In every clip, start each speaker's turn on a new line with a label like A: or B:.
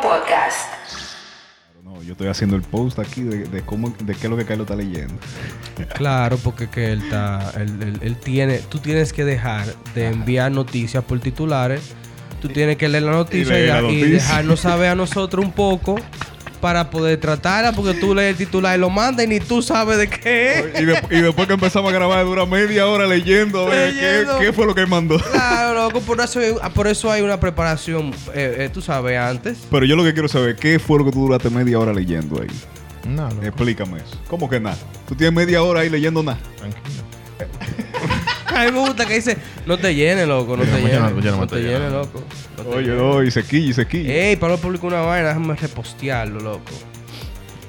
A: Podcast.
B: No, yo estoy haciendo el post aquí de, de cómo, de qué es lo que Carlos está leyendo.
C: Claro, porque que él está, él, él- él tiene, tú tienes que dejar de enviar noticias por titulares, tú tienes que leer la noticia y,
B: leer la
C: y
B: noticia.
C: dejarnos saber a nosotros un poco para poder tratarla, porque tú lees el titular y lo mandas y ni tú sabes de qué es.
B: Y, de- y después que empezamos a grabar, dura media hora leyendo, a ver qué-
C: Leyendo.
B: ¿qué, fue lo que mandó.
C: Claro, loco, por eso, hay- por eso hay una preparación, eh, eh, tú sabes, antes.
B: Pero yo lo que quiero saber, ¿qué fue lo que tú duraste media hora leyendo ahí?
D: No, loco,
B: Explícame eso. ¿Cómo que nada? Tú tienes media hora ahí leyendo nada.
D: tranquilo.
C: A mí me gusta que dice, no te llenes, loco, no
D: Yo
C: te
D: no- yo
C: llenes.
D: no- yo no me
C: No
D: estoy
C: te llenes,
D: llenando.
C: loco. no te
B: Oye,
C: llenes".
B: oye, sequilla y sequilla.
C: Ey, Pablo publicó una vaina, déjame repostearlo, loco.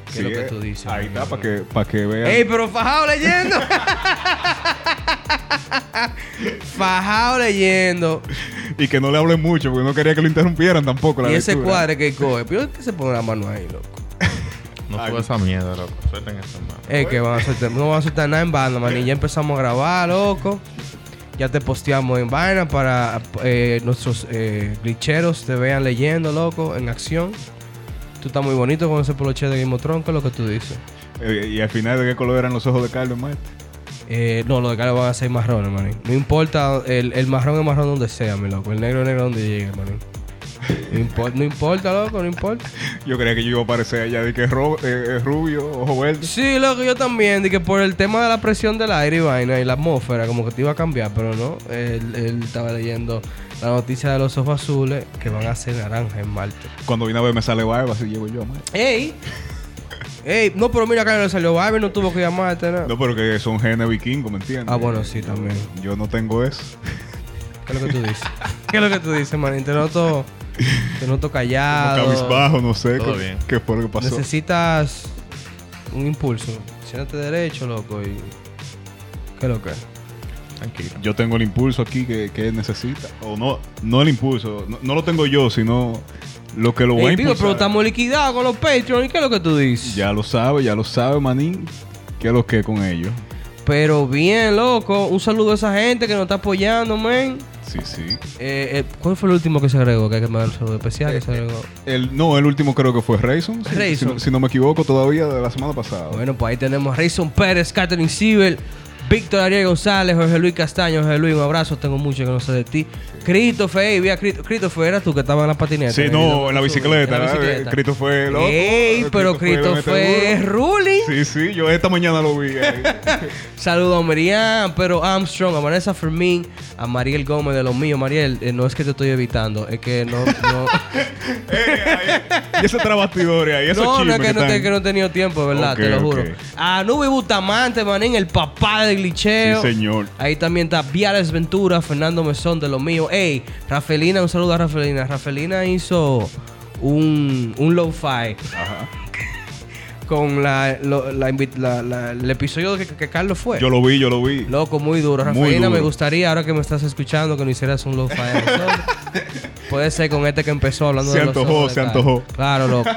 C: ¿Qué
B: Sí,
C: es lo que
B: eh.
C: tú dices?
B: Ahí está,
C: amigo?
B: para que, para que vean.
C: Ey, pero fajado leyendo. fajado leyendo.
B: Y que no le hablen mucho, porque no quería que lo interrumpieran tampoco. La
C: y ese
B: lectura.
C: cuadre que coge. ¿Por qué se pone la mano ahí, loco?
D: No
B: Ay.
D: tuve esa mierda, loco. Suelten esa mano.
C: Ey, que van a soltar, no van a soltar nada en banda, man. Y ya empezamos a grabar, loco. Ya te posteamos en vaina para eh, nuestros eh, glitcheros te vean leyendo, loco, en acción. Tú estás muy bonito con ese poloche de Game of Thrones, ¿qué es lo que tú dices?
B: Eh, y al final, ¿de qué color eran los ojos de Carlos, maestro?
C: Eh, no, los de Carlos van a ser marrones, manín. No importa, el, el marrón es marrón donde sea, mi loco. El negro es negro donde llegue, manín. No, impor- no importa, loco, no importa.
B: Yo creía que yo iba a aparecer allá de que es ro- eh, es rubio, ojo verde.
C: Sí, loco, yo también. De que por el tema de la presión del aire y vaina y la atmósfera, como que te iba a cambiar, pero no. Él, él estaba leyendo la noticia de los ojos azules que van a ser naranja en Marte.
B: Cuando vine a ver me sale barba, así llego yo, maestro.
C: ¡Ey! ¡Ey! No, pero mira, acá le salió Barbie, no tuvo que llamarte, nada.
B: No, pero que son genes vikingos, ¿me entiendes?
C: Ah, bueno, sí, también.
B: Yo no tengo eso.
C: ¿Qué es lo que tú dices? ¿Qué es lo que tú dices, manín? Te noto, te noto callado.
B: Cabizbajo, no sé
D: Todo
B: qué,
D: bien.
B: qué fue lo que pasó.
C: Necesitas un impulso. Siéntate derecho, loco, y. ¿Qué es lo que? es?
D: Tranquilo.
B: Yo tengo el impulso aquí que, que él necesita. O no, no el impulso. No, no lo tengo yo, sino lo que lo voy a
C: Ey, digo,
B: impulsar.
C: pero estamos liquidados con los Patreon, ¿y qué es lo que tú dices?
B: Ya lo sabe, ya lo sabe, manín. ¿Qué es lo que con ellos?
C: Pero bien, loco. Un saludo a esa gente que nos está apoyando, man.
B: Sí, sí.
C: Eh, eh, ¿Cuál fue el último que se agregó? Que hay que mandar un saludo especial
B: Eh,
C: que se agregó.
B: El, no, el último creo que fue Rayson. si-
C: Rayson.
B: Si, no- si no me equivoco, todavía de la semana pasada.
C: Bueno, pues ahí tenemos a Rayson Pérez, Catherine Siebel, Víctor Ariel González, Jorge Luis Castaño, Jorge Luis, un abrazo, tengo mucho que no sé de ti. Christopher, ey, vi a Christopher, Christopher, era tú que estaba en la patineta.
B: Sí,
C: eh,
B: no, en la
C: subí,
B: bicicleta.
C: en la
B: ¿verdad?
C: bicicleta.
B: Cristo fue loco. eh,
C: Ey, pero
B: Christopher le mete
C: Christopher
B: duro.
C: Ruling.
B: Sí, sí, yo esta mañana lo vi. eh. ahí.
C: Saludos a Merian, pero Armstrong, a Vanessa Fermín, a Mariel Gómez de los míos. Mariel, eh, no es que te estoy evitando, es que no. No,
B: Eh, ahí, y ese trabastidores ahí, esos
C: no, no
B: chismes
C: es que, no,
B: están-
C: te- que no he tenido tiempo, de verdad,
B: Ok,
C: te lo juro.
B: ok.
C: A Nubi Butamante, manín, el papá del glitcheo.
B: Sí, señor.
C: Ahí también está Viales Ventura, Fernando Mesón de los míos. Ey, Rafelina, un saludo a Rafelina. Rafelina hizo un, un low-fi.
B: Ajá.
C: Con la, lo- la invi- la- la- el episodio que, que Carlos fue.
B: Yo lo vi, yo lo vi.
C: Loco, muy duro.
B: Muy
C: Rafaelina,
B: duro.
C: me gustaría, ahora que me estás escuchando, que no hicieras un lo-fi. a nosotros. Puede ser con este que empezó hablando
B: Se
C: de los
B: antojó,
C: ojos de
B: se
C: cara.
B: antojó.
C: Claro, loco.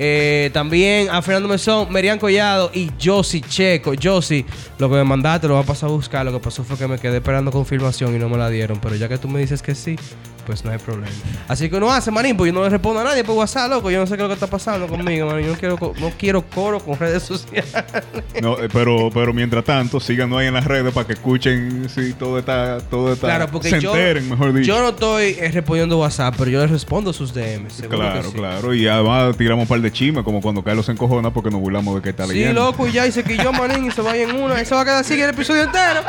C: Eh, también a Fernando Mesón, Merian Collado y Josie Checo. Josie, lo que me mandaste lo voy a pasar a buscar. Lo que pasó fue que me quedé esperando confirmación y no me la dieron. Pero ya que tú me dices que sí, pues no hay problema. Así que uno hace, manín, pues yo no le respondo a nadie por WhatsApp, loco. Yo no sé qué es lo que está pasando conmigo, manín. Yo no quiero, co- no quiero coro con redes sociales.
B: No, eh, pero, pero mientras tanto, síganos ahí en las redes para que escuchen si todo está, todo está.
C: Claro, porque
B: se
C: yo,
B: enteren, mejor dicho.
C: yo no estoy eh, respondiendo WhatsApp, pero yo les respondo sus DMs. seguro que
B: Claro,
C: sí.
B: claro. Y además tiramos un par de chimes, como cuando Carlos se encojona porque nos burlamos de que está
C: Sí,
B: leyendo.
C: loco, y ya dice que yo, manín, y se vaya en una. Eso va a quedar así el episodio entero.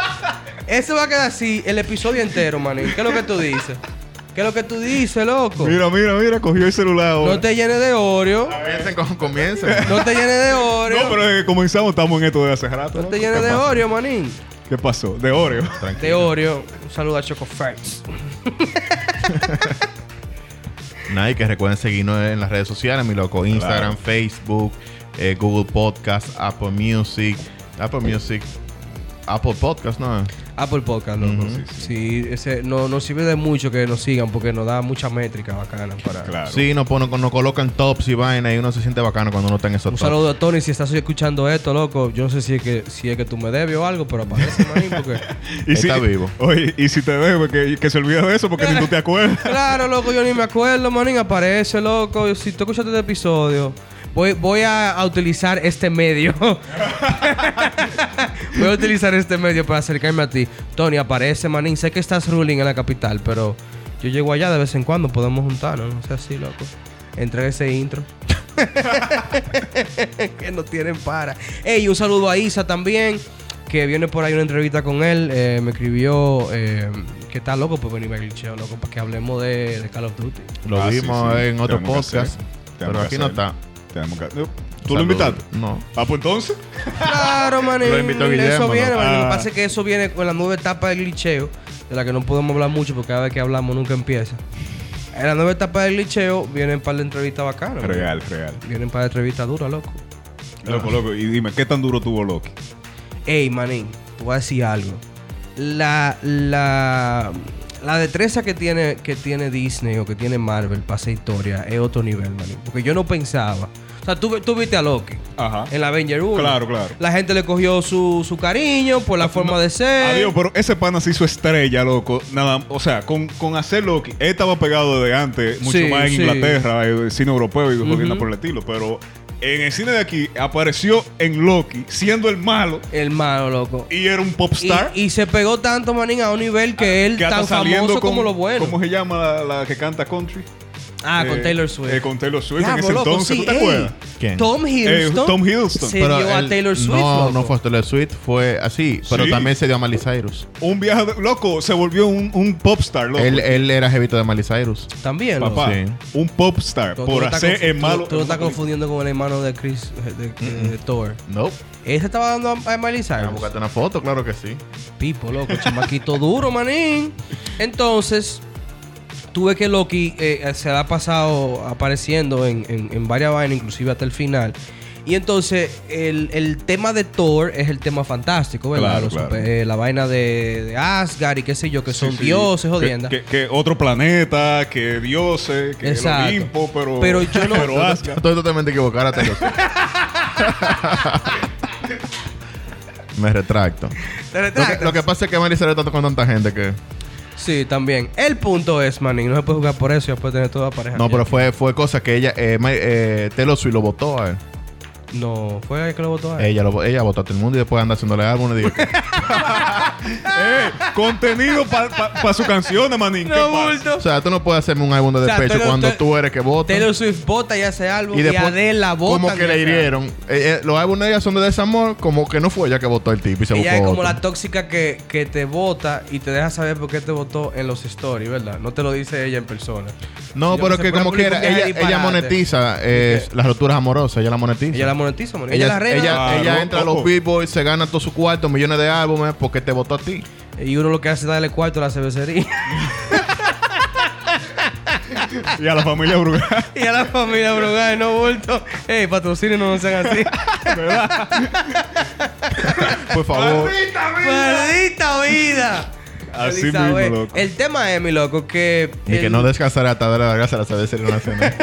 C: Eso va a quedar así el episodio entero, manín. ¿Qué es lo que tú dices? ¿Qué es lo que tú dices, loco?
B: Mira, mira, mira, cogió el celular ahora.
C: No te llenes de Oreo.
D: Comiencen, con- comiencen.
C: No te llenes de Oreo.
B: No, pero desde que comenzamos estamos en esto de hace rato.
C: No
B: ¿no?
C: te llenes de Oreo, manín.
B: ¿Qué pasó? De Oreo.
C: De
D: Tranquilo.
C: Oreo. Un saludo a Choco Facts.
D: Nada, y que recuerden seguirnos en las redes sociales, mi loco. Instagram, Facebook, eh, Google Podcast, Apple Music. Apple Music. Apple Podcast, ¿no?
C: Apple Podcast, loco.
D: Ujú.
C: Sí, ese, no, nos sirve de mucho que nos sigan porque nos da muchas métricas bacanas para.
B: Claro.
D: Sí, nos, ponen, nos colocan tops y vaina y uno se siente bacano cuando uno está en esos
C: Un
D: tops.
C: saludo a Tony si estás escuchando esto, loco. Yo no sé si es que, si es que tú me debes o algo, pero aparece manín porque.
D: Está vivo.
B: Oye, y si te dejo, que, que se olvida de eso porque ni tú te acuerdas.
C: Claro, loco, yo ni me acuerdo, manín. Aparece, loco. Si tú escuchaste este episodio, voy, voy a, a utilizar este medio. voy a utilizar este medio para acercarme a ti. Tony, aparece, manín. Sé que estás ruling en la capital, pero yo llego allá de vez en cuando. Podemos juntarnos, no sé así, loco. Entra en ese intro. que no tienen para. Ey, un saludo a Isa también. Que viene por ahí una entrevista con él. Eh, me escribió eh, que está loco por venirme al glitcheo, loco, para que hablemos de, de Call of Duty.
D: Lo
B: Ah, sí,
D: vimos
B: sí.
D: en otro
B: Tenemos que
D: podcast,
B: hacer.
D: pero
B: Tenemos
D: aquí
B: que
D: no
B: hacer.
D: está.
B: Tenemos que- ¿Tú
D: Saludo.
B: lo invitaste?
D: No.
B: Ah, pues entonces.
C: Claro, man.
D: Lo invitó Guillermo,
C: Eso
D: ¿no?
C: viene, man. Lo que
B: Ah.
C: pasa es que eso viene con la nueva etapa del glitcheo, de la que no podemos hablar mucho porque cada vez que hablamos nunca empieza. En la nueva etapa del glitcheo vienen par de entrevistas bacanas. man.
B: Real, real.
C: Vienen par de entrevistas duras, loco.
D: Ah.
B: Loco, loco. Y dime, ¿qué tan duro tuvo Loki?
C: Ey, manín, te voy a decir algo. La, la, la destreza que tiene, que tiene Disney o que tiene Marvel para hacer historia es otro nivel, manín. Porque yo no pensaba. O sea, tú, ve- tú viste a Loki
B: Ajá.
C: en la Avenger 1.
B: Claro, claro.
C: La gente le cogió su, su cariño por la forma de ser.
B: Adiós, pues. pero ese pana se hizo estrella, loco. Nada, o sea, con, con hacer Loki, él estaba pegado de antes, mucho
C: Sí,
B: más en
C: sí.
B: Inglaterra, el cine europeo y jodiendo
C: Ujú.
B: por el estilo. Pero en el cine de aquí apareció en Loki, siendo el malo,
C: El malo, loco.
B: y era un popstar.
C: Y, y se pegó tanto, manín, a un nivel que él
B: hasta
C: tan famoso como
B: con-
C: lo bueno.
B: ¿Cómo se llama la, la que canta country?
C: ah,
B: Eh,
C: con Taylor Swift.
B: eh, con Taylor Swift en
C: Diablo,
B: ese
C: loco,
B: entonces,
C: sí,
B: ¿tú te
C: ey.
B: acuerdas?
D: ¿Quién?
C: Tom Hiddleston.
B: Eh, Tom Hiddleston.
C: Se dio a
D: él-
C: Taylor Swift.
D: No,
C: loco.
D: no fue a Taylor Swift, fue así. Pero
B: Sí.
D: también se dio a Miley Cyrus.
B: Un viaje de- loco, se volvió un, un popstar, loco.
D: Él, él era jevito de Miley Cyrus.
C: También, loco.
B: Papá,
D: Sí.
B: un popstar
C: Tú- tú
B: por
C: lo estás
B: hacer
C: confu-
B: el malo.
C: Tú, tú lo estás confundiendo con el hermano de Chris eh, de, de- de Thor.
D: No.
C: Ese estaba dando a, a Miley
D: Voy a
C: Cyrus.
D: buscarte una foto, claro que sí.
C: Pipo, loco, chamaquito duro, manín. Entonces, tuve que Loki eh, se la ha pasado apareciendo en, en- en varias vainas, inclusive hasta el final. Y entonces, el, el tema de Thor es el tema fantástico, ¿verdad?
B: Claro,
C: Los
B: claro.
C: super- eh, la vaina de, de Asgard y qué sé yo, que son
B: Sí, sí.
C: dioses,
B: Que-
C: jodienda.
B: Que, que otro planeta, que dioses, que
C: Exacto.
B: el Olimpo, pero.
C: Pero yo no-
B: pero Asgard.
D: Estoy totalmente equivocada, Taylor Swift. Me retracto.
C: Te
D: Lo que,
C: retractas.
D: lo que pasa es que Miley Cyrus está con tanta gente que.
C: Sí, también. El punto es, manín, no se puede jugar por eso y después tener toda pareja.
D: No, pero fue, fue cosa que ella. Eh, Ma- eh, Taylor Swift lo votó a él.
C: No, fue el que lo votó a él.
D: Ella, lo, ella votó a todo el mundo y después anda haciéndole álbumes. y digo,
B: Eh, contenido para sus canciones, manín. ¿Qué
C: No,
B: pasa?
C: bulto.
D: o sea, tú no puedes hacerme un álbum de
C: O sea,
D: despecho
C: Taylor-
D: cuando
C: Taylor-
D: tú eres que vota.
C: Taylor Swift vota y hace álbum y, Adele vota.
D: como que le hirieron. Eh, eh, los álbumes de ella son de desamor, como que no fue ella que votó el tipo y se buscó
C: Ella es como
D: otro.
C: la tóxica que, que te vota y te deja saber por qué te votó en los stories, ¿verdad? No te lo dice ella en persona.
D: No,
C: Yo
D: pero
C: que
D: que
C: se
D: como
C: pone a
D: quiera,
C: publicar
D: ella,
C: disparate.
D: ella monetiza eh, las roturas amorosas, ella la monetiza.
C: Ella la monetiza, man. Ella,
D: Ella,
C: la arregla.
D: ella-
B: Ah,
D: ella
B: no,
D: entra a
B: ojo.
D: los Billboard, se gana todos sus cuartos, millones de álbumes, porque te votó a ti.
C: Y uno lo que hace es darle cuarto a la cervecería
B: Y a la familia Brugal.
C: y a la familia Brugal, no bulto. Ey, patrocinio no nos sean así.
D: Por favor.
C: ¡Maldita vida!
B: Así
C: Elizabeth.
B: mismo, loco.
C: El tema es, mi loco, que.
D: y que
C: el-
D: no descansará hasta darle la gracia a la cervecería nacional.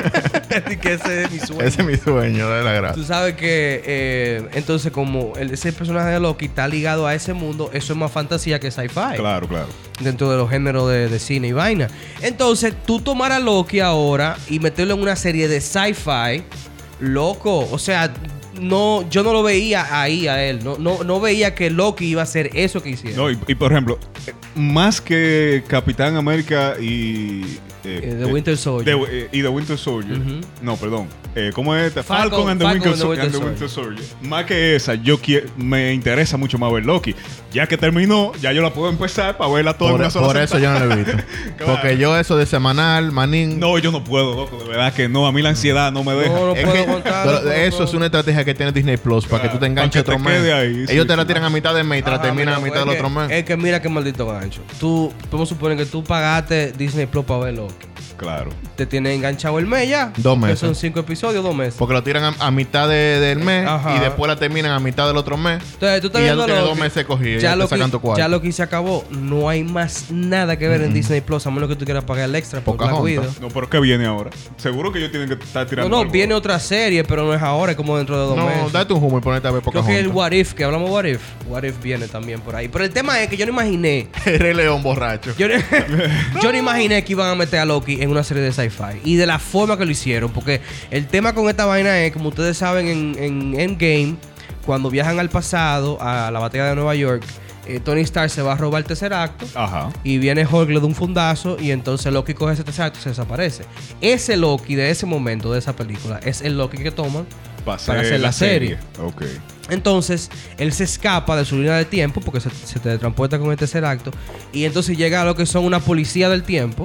C: que ese es mi sueño.
D: Ese es mi sueño, darle la gracia.
C: Tú sabes que eh, entonces como el- ese personaje de Loki está ligado a ese mundo, eso es más fantasía que sci-fi
B: Claro, claro.
C: dentro de los géneros de, de cine y vaina. Entonces tú tomar a Loki ahora y meterlo en una serie de sci-fi, loco, o sea, no, yo no lo veía ahí a él, no, no, no veía que Loki iba a hacer eso que hiciera.
B: No, y, y por ejemplo, eh, más que Capitán América y. eh,
C: Eh, The
B: eh,
C: Winter Soldier.
B: de- eh, y The Winter Soldier.
C: Ujú.
B: No, perdón. Eh, ¿Cómo es? este?
C: Falcon-
B: Falcon, and, the
C: Falcon
B: Winter
C: and the
B: So-
C: Winter
B: and the Winter Soldier. Más que esa, yo quie- me interesa mucho más ver Loki. Ya que terminó, ya yo la puedo empezar para verla toda en una
D: Por,
B: sola
D: por eso
B: sentada.
D: yo no lo he visto.
B: Claro.
D: Porque yo eso de semanal, manín...
B: No, yo no puedo, loco. De verdad que no. A mí la ansiedad no me deja. Eh,
C: No, no
D: Es
C: puedo
D: que-
C: aguantar,
D: pero
C: no puedo,
D: eso
C: no.
D: es una estrategia que tiene Disney Plus para que tú te
B: Claro,
D: enganches a
B: para
D: otro
B: que
D: mes.
B: te quede ahí,
D: Ellos
B: sí,
D: te la
B: sí.
D: tiran a mitad de mes y te la
C: Ajá,
D: terminan a
C: mira, pues
D: mitad
C: es
D: del
C: que-
D: otro mes.
C: Es que mira qué maldito gancho. Tú, vamos a suponer que tú pagaste Disney Plus para ver Loki.
B: Claro.
C: Te tiene enganchado el mes ya.
D: Dos meses.
C: Que son cinco episodios, dos meses.
D: Porque lo tiran a, a mitad de- del mes
C: Ajá.
D: y después la terminan a mitad del otro mes.
C: Entonces tú estás
D: Y ya
C: viendo
D: tiene
C: Loki,
D: dos meses cogido, ya te
C: Loki-
D: sacan tu cuarto.
C: ya Loki se acabó. No hay más nada que ver en Disney Plus, a menos que tú quieras pagar el extra por Black
D: Pocahontas.
C: Widow.
B: No, pero ¿qué viene ahora? Seguro que ellos tienen que estar
C: No,
B: tirando.
C: no,
B: algo.
C: viene otra serie, pero no es ahora, es como dentro de dos
D: No,
C: meses.
D: date un humo y ponete a ver
C: Creo que el
D: Pocahontas.
C: What If, que hablamos What If, What If viene también por ahí. Pero el tema es que yo no imaginé,
D: El Rey León borracho.
C: yo no, yo no imaginé que iban a meter a Loki en una serie de sci-fi. Y de la forma que lo hicieron, porque el tema con esta vaina es, como ustedes saben, en, en Endgame, cuando viajan al pasado, a la batalla de Nueva York, eh, Tony Stark se va a robar el tercer acto.
B: Ajá.
C: Y viene Hulk, le da un fundazo y entonces Loki coge ese tercer acto y se desaparece. Ese Loki de ese momento, de esa película, es el Loki que toman
B: Va a ser
C: para hacer la serie.
B: Ok.
C: Entonces, él se escapa de su línea de tiempo porque se, se teletransporta con el tercer acto. Y entonces llega a lo que son una policía del tiempo,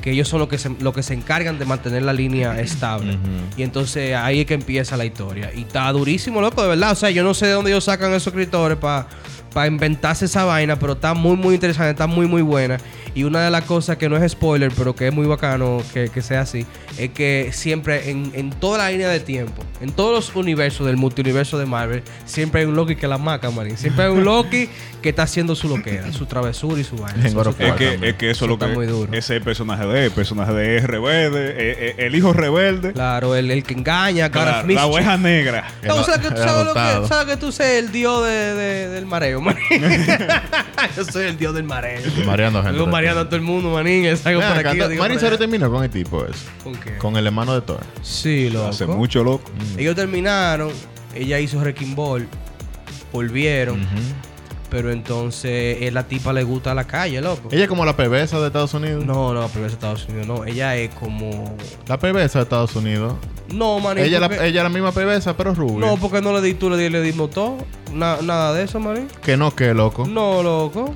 C: que ellos son los que se, lo que se encargan de mantener la línea estable. Y entonces ahí es que empieza la historia. Y está durísimo, loco, de verdad. O sea, yo no sé de dónde ellos sacan esos escritores para inventarse esa vaina, pero está muy, muy interesante, está muy, muy buena. Y una de las cosas que no es spoiler, pero que es muy bacano que, que sea así, es que siempre en, en toda la línea de tiempo, en todos los universos del multiverso de Marvel, siempre hay un Loki que la maca, marín. Siempre hay un Loki que está haciendo su loquera, su travesura y su vaina.
D: En God of
B: Es
D: Claro, War.
B: que,
D: también.
B: es que eso
C: Eso
B: es lo
C: está
B: que.
C: muy duro.
B: Ese es el personaje de él. El personaje de él es rebelde. eh, eh, el hijo rebelde.
C: Claro, el, el que engaña, cara
B: Claro, la oveja negra.
C: No, o sea que tú
D: El
C: sabes, lo
D: adoptado.
C: que, sabes que tú eres el dios de- de- del mareo, manín. Yo soy el dios del mareo.
D: Mareando gente.
C: Algo mareando a todo el mundo, manín. Es algo
D: Ven
C: por
D: acá,
C: aquí.
D: ta-
C: yo digo
D: Mario
C: por allá.
D: Serio terminó con el tipo ese.
C: ¿Con qué?
D: Con el hermano de Thor.
C: Sí, loco.
B: Hace mucho loco.
C: Ellos terminaron, ella hizo Wrecking Ball, volvieron, pero entonces eh, la tipa le gusta la calle, loco.
D: Ella es como la perversa de Estados Unidos.
C: No, no, pero es Estados Unidos, no. Ella es como...
D: La perversa de Estados Unidos.
C: No, manín.
D: Ella,
C: porque-
D: la, ella la misma perversa, pero rubia.
C: No, porque no le di tú, le, di- le dimos todo. Na- nada de eso, manín.
D: que no, que loco.
C: No, loco.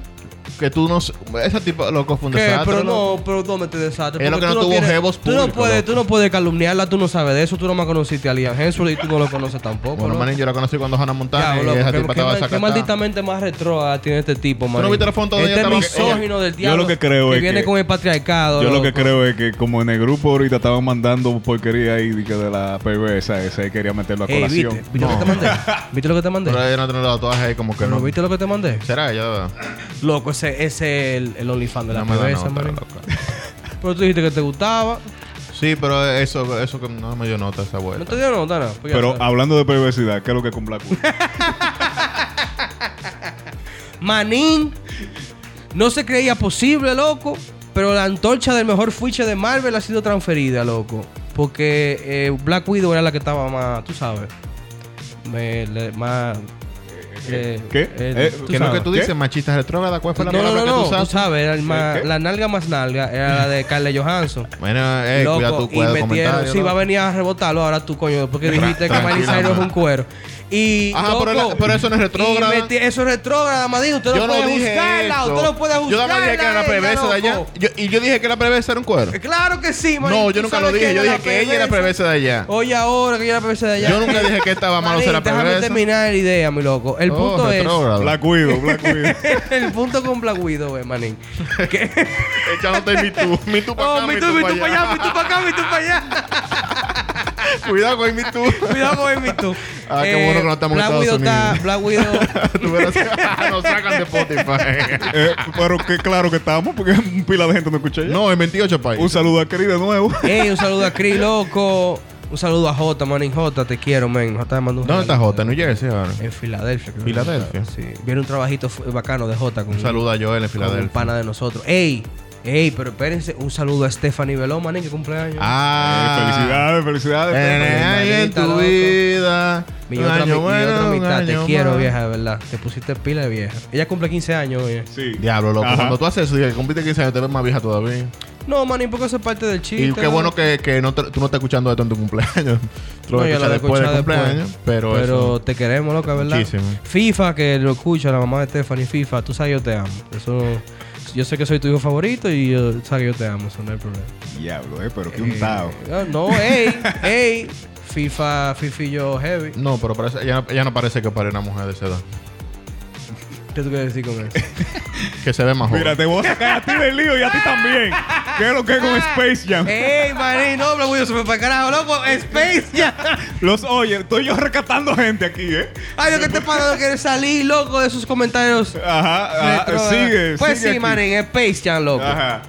D: Que tú no. s- Ese tipo loco fue un
C: ¿Qué?
D: desastre.
C: Pero
D: loco.
C: no, pero ¿dónde te desastre?
D: Es lo
C: Porque
D: que no tuvo
C: tienes-
D: jevos
C: tú no
D: públicos,
C: puedes,
D: loco.
C: tú no puedes calumniarla, tú no sabes de eso, tú nomás conociste a Liam Hemsworth y tú no lo conoces tampoco.
D: Bueno,
C: loco.
D: manín, yo la conocí cuando Hannah Montana.
C: Diablo,
D: y esa
C: qué-
D: tipa
C: qué
D: estaba
C: mal- qué
D: desacatada.
C: malditamente más retrógrada tiene este tipo, man.
D: viste la foto de
C: Este
D: ella? Estaba-
C: misógino del
B: Yo
C: diablo.
B: lo que creo es
C: viene
B: que-
C: con el patriarcado.
B: Yo lo que
C: loco.
B: creo es que como en el grupo ahorita estaban mandando porquería ahí de, que de la perversa esa y quería meterlo a
C: Ey, ¿viste?
B: colación.
C: ¿Viste lo que te mandé? ¿Viste lo que te mandé?
D: Pero ella no tiene los tatuajes ahí como que
C: Pero
D: no.
C: ¿Viste lo que te mandé?
D: ¿Será ella?
C: Loco, ese ese es el, el OnlyFans de la
D: No me da
C: cabeza,
D: nota,
C: man.
D: loco.
C: Pero tú dijiste que te gustaba.
D: Sí, pero eso, eso que no me dio nota esa vuelta.
C: No te dio nota, no. Pues ya
B: Pero
C: sabes.
B: hablando de perversidad, ¿qué es lo que cumple
C: Manín. No se creía posible, loco. Pero la antorcha del mejor fuiche de Marvel ha sido transferida, loco. Porque eh, Black Widow era la que estaba más, tú sabes. me- le- más. eh,
B: ¿Qué?
C: eh,
B: Eh,
C: tú
D: ¿Qué es lo que
C: sabes.
D: tú
B: ¿Qué?
D: dices? ¿Machista retrógrada? ¿Cuál fue la
C: no, no,
D: palabra
C: no,
D: que
C: no,
D: tú ¿Eh,
C: tú
D: usaste?
C: sabes, era el más-
B: ¿Qué?
C: la nalga más nalga era la de Carla Johansson.
D: Bueno, eh, cuida tu
C: y
D: cuidado de
C: metieron,
D: comentario.
C: sí,
D: ¿no?
C: va a venir a rebotarlo ahora tú, coño, porque dijiste que
D: tranquila,
C: Miley Cyrus es
D: ma.
C: un cuero. Y,
D: Ajá, pero
C: loco,
D: la- pero eso no es retrógrada.
C: y meti- eso es retrógrada, Madín. Usted no
D: Yo no
C: puede
D: dije
C: buscarla,
D: eso.
C: usted no puede buscarla.
D: Yo nada más dije que era la
C: ella,
D: perversa de allá.
C: loco.
D: Yo- y yo dije que la perversa era un cuero.
C: Eh, Claro que sí, Madín.
D: No,
C: tú
D: yo nunca lo
C: sabes
D: dije.
C: quién
D: Yo
C: era
D: dije que ella era la perversa de allá.
C: Oye, ahora que ella era perversa de allá.
D: Yo nunca dije que estaba malo
C: Madín,
D: ser la
C: Oh, Déjame
D: perversa.
C: terminar la idea, mi loco. El
D: Oh,
C: punto es.
D: retrógrado.
B: Black Widow, Black Widow.
C: El punto con Black Widow, eh, manín. Que-
D: Echándote mi tú. Mi tú para
C: Oh,
D: acá,
C: mi tú, mi tú
D: pa'
C: para allá, mi tú para acá, mi tú para allá.
D: Cuidado con el mi tú.
C: Cuidado con el Me Too.
D: Ah, qué bueno que no estamos en
C: Black
D: Estados
C: Widow está-
D: Unidos.
C: Black Widow
D: Tú verás- Nos sacan de Spotify.
B: Eh, pero que claro que estamos porque un pila de gente no escucha ya.
D: No, eh. en 28
B: Un
D: países.
B: saludo a querida de nuevo.
C: Ey, un saludo a Cris, loco. Un saludo a Jota, manín. Jota, te quiero, men. Jota me mandó un
D: ¿Dónde está
C: regalito.
D: Jota? ¿En New Jersey ahora?
C: En Filadelfia. creo.
D: Filadelfia.
C: Sí. Viene un trabajito fu- bacano de Jota con
D: Un saludo a Joel en
C: con un
D: Filadelfia.
C: pana de nosotros. Ey, ey, pero espérense. Un saludo a Stephanie Veló, manín, que cumpleaños.
B: Eh,
D: Ah.
B: felicidades, pues, felicidades.
D: Eh, ahí en
C: Manita,
D: tu
C: loco.
D: vida.
C: Mi
D: un
C: otra, mi-
D: año
C: mi otra
D: bueno, un
C: mitad, te
D: año
C: quiero,
D: malo.
C: vieja, de verdad. Te pusiste pila de vieja. Ella cumple 15 años, oye.
B: Sí.
D: Diablo, loco.
B: Ajá.
D: Cuando tú haces eso, dije, cumpliste 15 años, te ves más vieja todavía.
C: No, manín, porque eso es parte del chiste.
D: Y qué bueno que, que no te- tú no estás escuchando esto en tu cumpleaños. Tú lo
C: No, yo
D: escuchas
C: la
D: después del cumpleaños. Pero, eso-
C: te queremos, loca, ¿verdad?
D: Muchísimo.
C: FIFA, que lo escucha la mamá de Stephanie. FIFA, tú sabes que yo te amo. Eso, yo sé que soy tu hijo favorito y yo sabes que yo te amo. Eso no hay problema.
B: Diablo, eh, pero qué
D: Ah,
B: untado.
C: Eh, no, ey, ey. FIFA, FIFA y yo heavy.
D: No, pero parece, ya, ya no parece que pare una mujer de esa edad.
C: ¿Qué tú quieres decir con eso?
D: que se ve más joven.
B: Mira, te voy a sacar a ti del lío y a ti también. ¿Qué es lo que es con Space Jam?
C: ¡Ey, maní! No, pero güey, se me fue para carajo, loco. Space ya.
B: Los oye, estoy yo rescatando gente aquí, ¿eh?
C: Ay, lo que te pasa no quieres salir, loco, de esos comentarios.
D: Ah,
B: Ajá,
C: retro-
B: ajá sigue.
C: Pues
B: sigue
C: sí,
B: aquí.
C: manín, Space Jam, loco.
B: Ajá.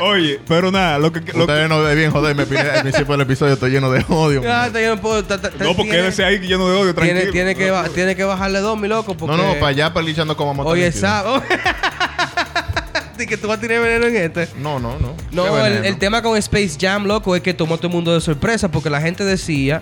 B: Oye, pero nada, lo que. Lo que
D: Ustedes no ven bien, joder. Me pide al principio del episodio, estoy lleno de odio.
C: Ah, yo no puedo. ta- ta- ta-
B: no, porque
C: tiene-
B: quédese ahí que yo no odio, tranquilo.
C: tiene, tiene, que, ba- tiene que bajarle dos, mi loco.
D: no,
C: Porque
D: no, para allá, para lichando como motor.
C: Oye,
D: líquido.
C: sábado. Así que tú vas a tirar veneno en este.
D: No, no, no. Qué
C: No, el,
D: veneno.
C: el tema con Space Jam, loco, es que tomó a todo el mundo de sorpresa porque la gente decía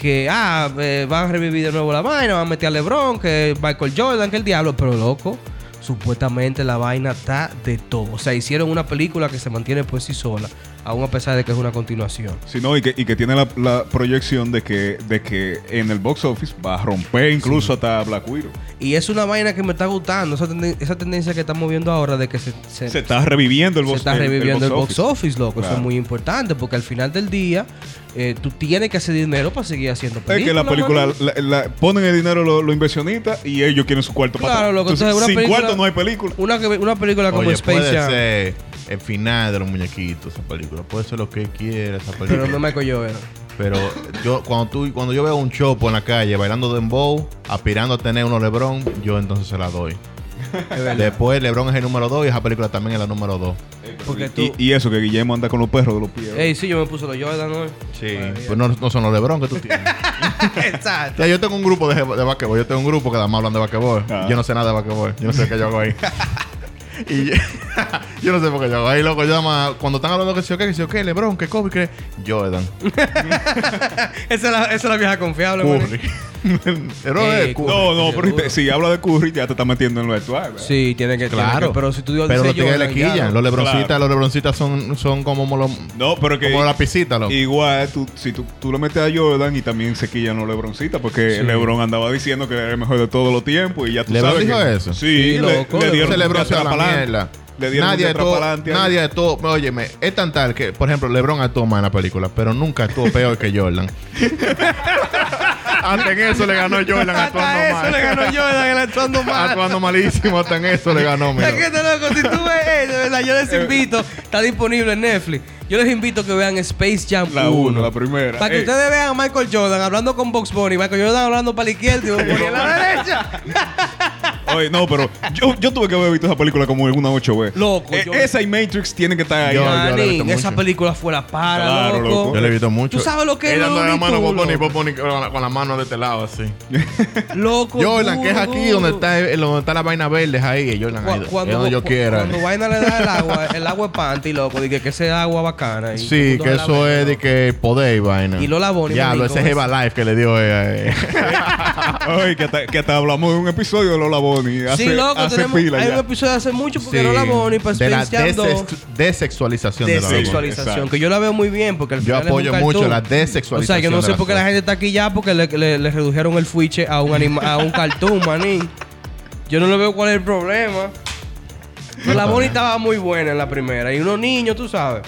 C: que, ah, eh, van a revivir de nuevo la vaina, van a meter a LeBron, que Michael Jordan, que el diablo, pero loco, supuestamente la vaina está de todo. O sea, hicieron una película que se mantiene por sí sola, aún a pesar de que es una continuación.
B: Sí, no, y que, y que tiene la, la proyección de que, de que en el box office va a romper incluso hasta Black Widow.
C: Y es una vaina que me está gustando, esa, tenden- esa tendencia que estamos viendo ahora de que se, se-
B: Se está reviviendo el
C: se
B: box
C: está reviviendo el, box, office, loco. Eso
B: Claro.
C: es muy importante porque al final del día eh, tú tienes que hacer dinero para seguir haciendo películas.
B: Es que la película
C: mano.
B: la- la- ponen el dinero los los inversionistas y ellos quieren su cuarto para
C: Claro,
B: atrás.
C: loco.
B: Entonces,
C: Entonces, una
B: sin
C: película-
B: cuarto no hay película.
C: Una, que- una película como
D: Oye,
C: Space
D: puede
C: Jam.
D: ser el final de los muñequitos, esa película. Puede ser lo que quiera esa película.
C: Pero no me eh, coyó, ¿verdad?
D: Pero yo cuando tú cuando yo veo un chopo en la calle bailando dembow, aspirando a tener uno LeBron, yo entonces se la doy. Después LeBron es el número 2 y esa película también es la número 2.
C: Porque tú.
B: Y, y eso, que Guillermo anda con los perros de los pies.
C: Ey, sí, yo me puse los Jordan hoy.
D: Sí. Pero Pues no, no son los LeBron que tú tienes.
C: Exacto.
D: Ya, yo tengo un grupo de, de basquetbol. Yo tengo un grupo que además hablan de basquetbol.
B: Ah.
D: Yo no sé nada de basquetbol. Yo no sé qué yo hago ahí. y yo, yo no sé por qué yo hago ahí, loco. Yo nada más- cuando están hablando que si o qué, que si o qué, LeBron, que Kobe, que Jordan,
C: Esa es la, esa es la vieja confiable,
D: Curry.
C: maní.
D: Pero
C: Ey,
D: es
C: cu-
D: Curry.
B: No, no, pero si,
C: Seguro.
B: te- si habla de Curry, ya te está metiendo en lo actual. ¿verdad?
C: Sí, tiene que. tiene
D: Claro.
C: que- pero si tú dices
D: Pero los tigres le
C: Jordan, ya,
D: quillan.
C: ¿no?
D: Los lebroncitas,
B: Claro.
D: los lebroncitas son, son como los,
B: No, pero que.
D: como la piscita, loco.
B: Igual, tú, si tú, tú le metes a Jordan y también se quillan los Lebroncitas, porque
C: Sí.
B: Lebron andaba diciendo que era el mejor de todos los tiempos y ya tú
D: ¿Lebron
B: sabes.
D: dijo
B: que-
D: eso?
B: Sí,
C: Sí,
B: le,
C: loco,
B: le dieron
D: Ese
B: un
D: LeBron se va a la
B: atrapalante.
D: mierda.
B: Le dieron
D: nadie
B: un
D: de todo,
B: atrapalante ahí.
D: nadie de todo, óyeme, es tan tal que, por ejemplo, LeBron actuó mal en la película, pero nunca actuó peor que Jordan. hasta en eso le ganó Jordan
C: Hasta
D: actuando
C: eso
D: mal.
C: le ganó Jordan, el actuando mal.
D: Actuando malísimo, hasta en eso le ganó,
C: Es
D: mira.
C: que este loco, si tú ves, eh, de verdad, yo les invito, está disponible en Netflix. Yo les invito que vean Space Jam
B: La
C: 1,
B: uno, la primera.
C: Para que
D: Eh.
B: Ey.
C: ustedes vean a Michael Jordan hablando con Box Bunny, Michael Jordan hablando para la izquierda y Bugs Bunny a la derecha.
B: Oye, no, pero yo, yo tuve que haber visto esa película como en una 8 veces.
C: Loco,
B: Eh,
C: yo-
B: Esa y Matrix tienen que estar ahí.
D: Yo-
B: Ah,
D: yo le he visto
C: Manín, esa
D: mucho.
C: película fue la para,
B: Claro,
C: loco.
B: loco.
D: Yo le he visto mucho.
C: ¿Tú sabes lo que es
D: Él dándole la
C: Looney
D: mano
C: Tunes,
D: con Bonnie,
C: loco?
D: Bonnie con la, con la mano de este lado, así.
C: Loco,
D: Jordan, que es
C: duro,
D: aquí
C: duro.
D: donde está, el- donde está la vaina verde, es ahí. y Jordan,
C: Cu-
D: ahí, es
C: cuando,
D: donde yo
C: cu-
D: quiera.
C: Cuando Vaina le da el agua, el agua es panty, loco. Dije que ese agua bacana. y todo el
D: Sí,
C: mundo
D: que
C: se la
D: eso
C: bebe,
D: es de
C: loco.
D: que poder y vaina.
C: Y Lola Bonnie,
D: Diablo,
C: marico,
D: ese es
C: es-
D: Eva Life que le dio ella. eh.
B: Oye, que hasta, que hasta hablamos de un episodio de Lola Bonnie. Hace,
C: sí, loco,
B: hace
C: tenemos,
B: pila
C: hay
B: ya.
C: un episodio hace mucho porque
D: Sí.
C: Lola Bonnie pues, para
D: de la
C: Space Jam 2.
D: desex- desexualización de la
B: Desexual-
D: Lola
C: Desexualización,
B: exacto.
C: que yo la veo muy bien porque al
D: Yo
C: final es un
D: apoyo
C: cartoon.
D: mucho la
C: O sea,
D: desexualización
C: yo no sé
D: de
C: por qué la
D: las
C: gente está aquí ya porque le, le- le redujeron el fuiche a un anima, a un cartoon, manín. Yo no le veo cuál es el problema. Pero la Bonnie estaba muy buena en la primera y unos niños, tú sabes.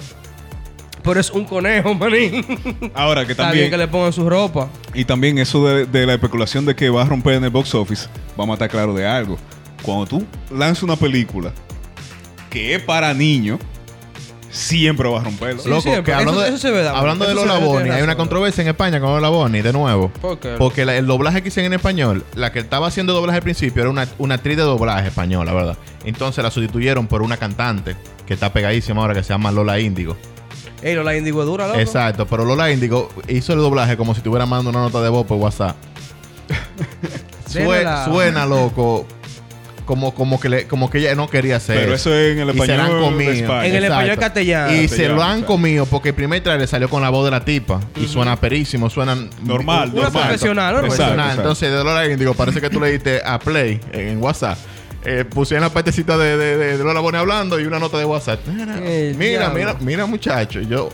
C: Pero es un conejo, manín.
B: Ahora, que
C: Está
B: también.
C: bien que le pongan su ropa.
B: Y también eso de, de la especulación de que va a romper en el box office, vamos a estar claro de algo. Cuando tú lanzas una película que es para niños, siempre vas a romperlo.
C: Sí,
D: Loco,
C: siempre.
D: que
C: Eso-
D: hablando de,
C: eso se ve, Davo.
D: hablando de
C: Eso se ve,
D: Lola
C: tienes
D: Bonnie, hay
C: razón.
D: una controversia en España con Lola Bonnie, de nuevo.
C: ¿Por qué?
D: Porque la- el doblaje que hicieron en español, la que estaba haciendo doblaje al principio era una, una actriz de doblaje española, ¿verdad? Entonces la sustituyeron por una cantante que está pegadísima ahora que se llama Lola Índigo.
C: Ey, no, la indigo es dura, loco.
D: Exacto, pero Lola Índigo hizo el doblaje como si estuviera mandando una nota de voz por WhatsApp. Sue-
C: Déjala.
D: suena loco. Como, como, que le- como que ella no quería hacer
B: Pero eso es en el
D: Y se la han
B: español de
D: comido.
B: España.
C: En el
D: Exacto.
C: español castellano.
D: Y se
B: Castellano,
D: lo han
B: exacto.
D: comido porque el primer trailer salió con la voz de la tipa. Y suena perísimo, suena...
B: Normal,
D: u-
B: Una
D: normal.
C: profesional, ¿no?
D: Profesional.
B: Exacto, exacto.
D: Entonces, de Lola Índigo, parece que tú le diste a Play en, en WhatsApp. Eh, pusieron la partecita de, de, de- de Lola Bonnie hablando y una nota de WhatsApp. Mira,
C: Eh,
D: mira,
C: diablo.
D: mira, mira, muchacho. Yo...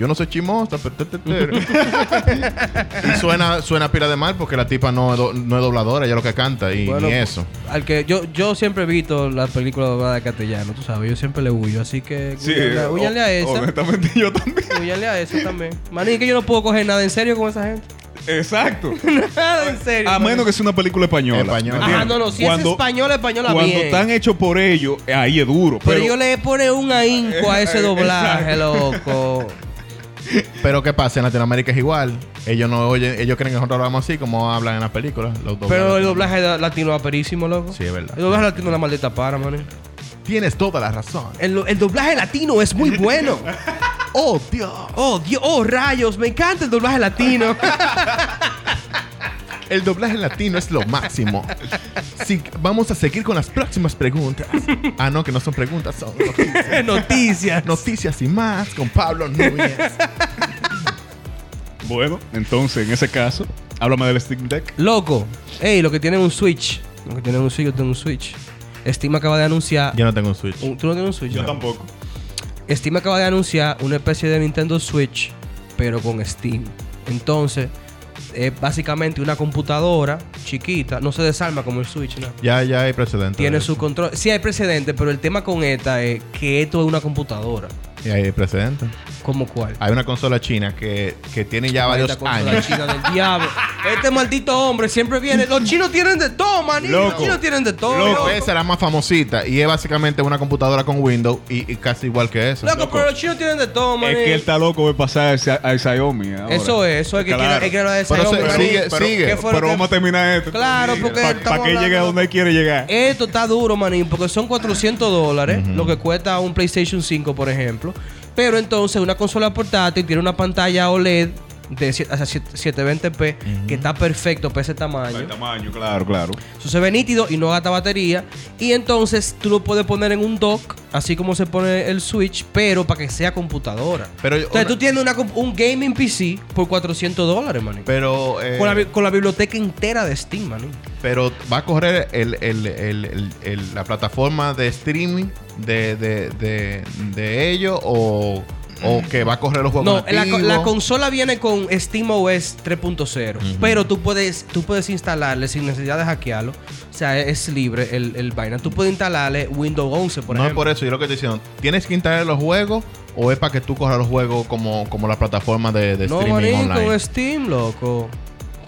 D: Yo no soy chimosa, pero... te- te- te- y suena, suena pila de mal porque la tipa no, es do- no es dobladora, ella es lo que canta y
C: Bueno,
D: ni eso.
C: Al que yo, yo siempre he visto las películas dobladas de castellano, tú sabes, yo siempre le huyo, así que
B: Sí,
C: huyanle- huyanle a
B: o-
C: esa.
B: Honestamente, yo también.
C: Huyanle a esa también. Manín, que yo no puedo coger nada en serio con esa gente.
B: Exacto.
C: Nada, en serio.
B: A menos que sea una película española.
D: Española.
B: ¿me
C: Ajá,
B: entiendes?
C: Ah, no, no. Si
B: Cuando-
C: es española, española
B: Cuando
C: bien.
B: están hechos por ellos, eh, ahí es duro.
C: Pero,
B: Pero,
C: yo le pone un ahínco a ese doblaje, loco.
D: Pero ¿qué pasa? En Latinoamérica es igual. Ellos no oyen, ellos creen que nosotros hablamos así como hablan en las películas. Los doblajes.
C: Pero el doblaje da- latino es aperísimo, loco.
D: Sí, es verdad.
C: El doblaje latino es la maldita para, man.
D: Tienes toda la razón.
C: El, el doblaje latino es muy bueno.
D: ¡Oh, Dios!
C: Oh, Dios, oh, rayos, me encanta el doblaje latino.
D: El doblaje latino es lo máximo. Sí, vamos a seguir con las próximas preguntas. Ah, no, que no son preguntas, son noticias.
C: Noticias.
D: Noticias y más con Pablo Núñez.
B: bueno, entonces en ese caso, háblame del Steam Deck.
C: Loco, ey, lo que tienen un Switch. Lo que tienen un Switch, yo tengo un Switch. Steam acaba de anunciar.
D: Yo no tengo un Switch.
C: un- ¿Tú no tienes un Switch?
B: Yo
C: No.
B: tampoco.
C: Steam acaba de anunciar una especie de Nintendo Switch, pero con Steam. Entonces, es básicamente una computadora chiquita, no se desarma como el Switch, nada.
D: Ya, ya hay precedentes.
C: Tiene
D: de
C: su
D: eso.
C: control. Sí hay precedente, pero el tema con esta es que esto es una computadora.
D: Y hay precedentes.
C: ¿Como cuál?
D: Hay una consola china que, que tiene ya
C: Esta
D: varios
C: consola
D: años.
C: china del diablo. Este maldito hombre siempre viene. Los chinos tienen de todo, manito. Los
B: Loco.
C: chinos tienen de todo.
B: Loco,
C: Loco,
D: Esa era más famosita y es básicamente una computadora con Windows y, y casi igual que esa.
C: Loco, pero los chinos tienen de todo,
B: Es
C: manito.
B: que él está loco de pasar ese- a Xiaomi. ahora.
C: Eso es, eso es que
B: Claro.
C: quiere, es que lo de
D: Pero
C: Xiaomi,
D: se-
C: pero-
D: sigue,
C: pero
D: sigue.
C: ¿qué fue lo
B: Pero
C: que-
B: vamos a terminar esto.
C: Claro, porque
B: Para
C: estamos
B: que llegue a
C: hablando- Eh,
B: donde él quiere llegar.
C: Esto está duro, manín, porque son 400 dólares, lo que cuesta un PlayStation 5, por ejemplo. Pero entonces una consola portátil tiene una pantalla OLED de sie- hasta siete- 720p, que está perfecto para ese
B: El
C: tamaño.
B: tamaño, claro, claro.
C: Eso se ve nítido y no gasta batería. Y entonces tú lo puedes poner en un dock, así como se pone el Switch, pero para que sea computadora.
D: Pero,
C: Entonces
D: una-
C: tú tienes una comp- un gaming PC por 400 dólares, manín.
D: pero, eh,
C: Con la, bi- con la biblioteca entera de Steam, manín.
D: pero va a correr el- el- el- el- el- la plataforma de streaming de, de, de, de ellos o, o que va a correr los juegos.
C: No, la, co- la
D: nativos?
C: consola viene con SteamOS 3.0, pero tú puedes, tú puedes instalarle sin necesidad de hackearlo. O sea, es libre el, el vaina. Tú puedes instalarle Windows 11, por
D: no es
C: ejemplo.
D: por eso, yo lo que te diciendo, ¿tienes que instalar los juegos o es para que tú corras los juegos como, como la plataforma de, de
C: no,
D: streaming
C: manín,
D: online?
C: con Steam, loco.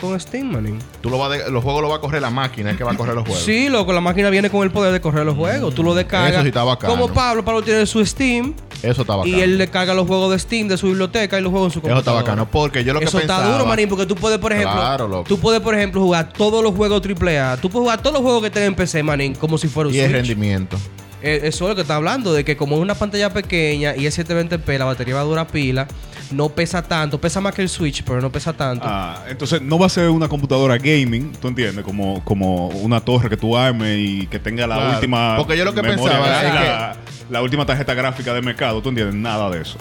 C: Con Steam, manín.
D: Tú lo vas de- los juegos los va a correr la máquina, es que va a correr los juegos.
C: Sí, loco, la máquina viene con el poder de correr los juegos. Tú lo descargas.
D: Eso sí está bacano.
C: Como Pablo, Pablo tiene su Steam
D: Eso está bacano.
C: y él descarga los juegos de Steam de su biblioteca y los juegos en su
D: Eso está
C: computadora.
D: bacano porque yo lo que
C: Eso
D: pensaba...
C: está duro, manín, porque tú puedes, por ejemplo,
D: Claro, loco.
C: tú puedes, por ejemplo, jugar todos los juegos AAA. Tú puedes jugar todos los juegos que estén en PC, manín, como si fuera un
D: Y el
C: Switch.
D: rendimiento.
C: Eh, Eso es lo que está hablando, de que como es una pantalla pequeña y es 720p, la batería va a durar pila, no pesa tanto, pesa más que el Switch, pero no pesa tanto.
B: Ah, entonces no va a ser una computadora gaming, ¿tú entiendes? Como, como una torre que tú armes y que tenga la
D: Claro.
B: última.
D: Porque yo lo que
B: memoria
D: pensaba
B: gra-
D: es
B: la, la última tarjeta gráfica de mercado, ¿tú entiendes? Nada de eso.